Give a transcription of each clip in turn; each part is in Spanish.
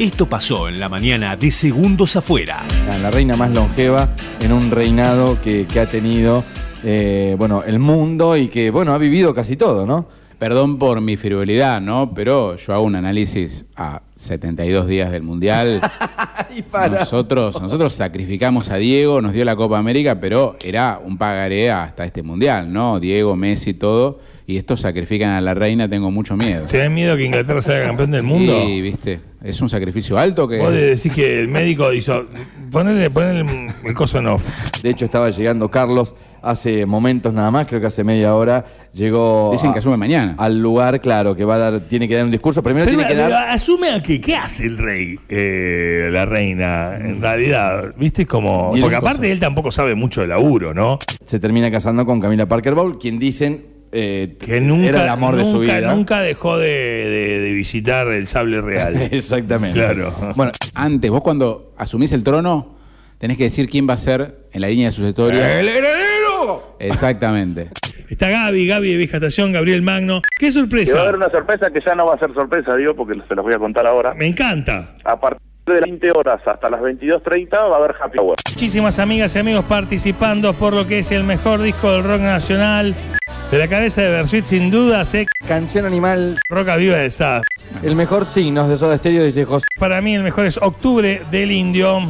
Esto pasó en la mañana de Segundos Afuera. La, la reina más longeva en un reinado que, que ha tenido eh, bueno, el mundo y que bueno, ha vivido casi todo, ¿no? Perdón por mi frivolidad, ¿no? Pero yo hago un análisis a 72 días del Mundial. Y para. Nosotros, nosotros sacrificamos a Diego, nos dio la Copa América, pero era un pagaré hasta este Mundial, ¿no? Diego, Messi, todo. Y estos sacrifican a la reina, tengo mucho miedo. ¿Te da miedo que Inglaterra sea campeón del ¿Este mundo? Y, viste, es un sacrificio alto que... Vos le decís que el médico hizo. Ponele, ponele el coso en off. De hecho, estaba llegando Carlos hace momentos nada más, creo que hace media hora, llegó Dicen que a- asume mañana. Ah, al lugar, claro, que va a dar, tiene que dar un discurso. Primero Pero, tiene que pero dar. asume a que qué hace el rey, eh, la reina, en realidad, viste Es como Y el porque coso. aparte él tampoco sabe mucho de laburo, ¿no? Se termina casando con Camila Parker Bowl, quien dicen eh, Que nunca, era el amor de su nunca- vida. nunca dejó de, de- de visitar el sable real. Exactamente. Claro. Bueno, Antes, vos cuando asumís el trono, tenés que decir quién va a ser en la línea de sucesoria. ¡El heredero! Exactamente. Está Gaby, Gaby de Vieja Estación, Gabriel Magno. ¡Qué Que va a haber sorpresa! una sorpresa que ya no va a ser sorpresa, digo, porque se las voy a contar ahora. Me encanta. A partir de las 20 horas hasta las 22.30 va a haber happy hour. Muchísimas amigas y amigos participando por lo que es el mejor disco del rock nacional. De la cabeza de Bersuit, sin duda, sé canción animal, Roca Viva de Sad. el mejor signos de Soda Stereo dice José. Para mí el mejor es Octubre del Indio.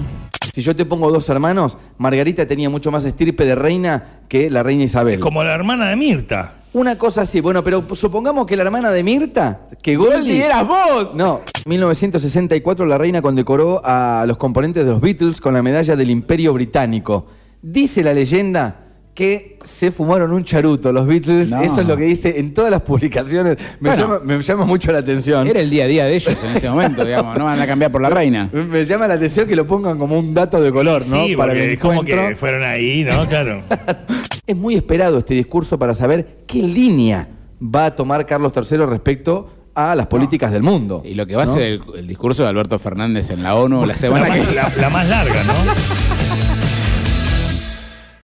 Si yo te pongo dos hermanos, Margarita tenía mucho más estirpe de reina que la reina Isabel. Como la hermana de Mirta. Una cosa así, bueno, pero supongamos que la hermana de Mirta, que Goldie. eras vos! No, 1964 la reina condecoró a los componentes de los Beatles con la medalla del Imperio Británico. Dice la leyenda que se fumaron un charuto los Beatles, No. eso es lo que dice en todas las publicaciones. Me, Bueno. llama, me llama mucho la atención. Era el día a día de ellos en ese momento, digamos. No van a cambiar por la reina. Me llama la atención que lo pongan como un dato de color, ¿no? Sí, el porque es como encuentro. que fueron ahí, ¿no? Claro. Es muy esperado este discurso para saber qué línea va a tomar Carlos III respecto a las políticas del mundo. Y lo que va ¿no? a ser el, el discurso de Alberto Fernández en la ONU la La semana que más, la- la más larga, ¿no?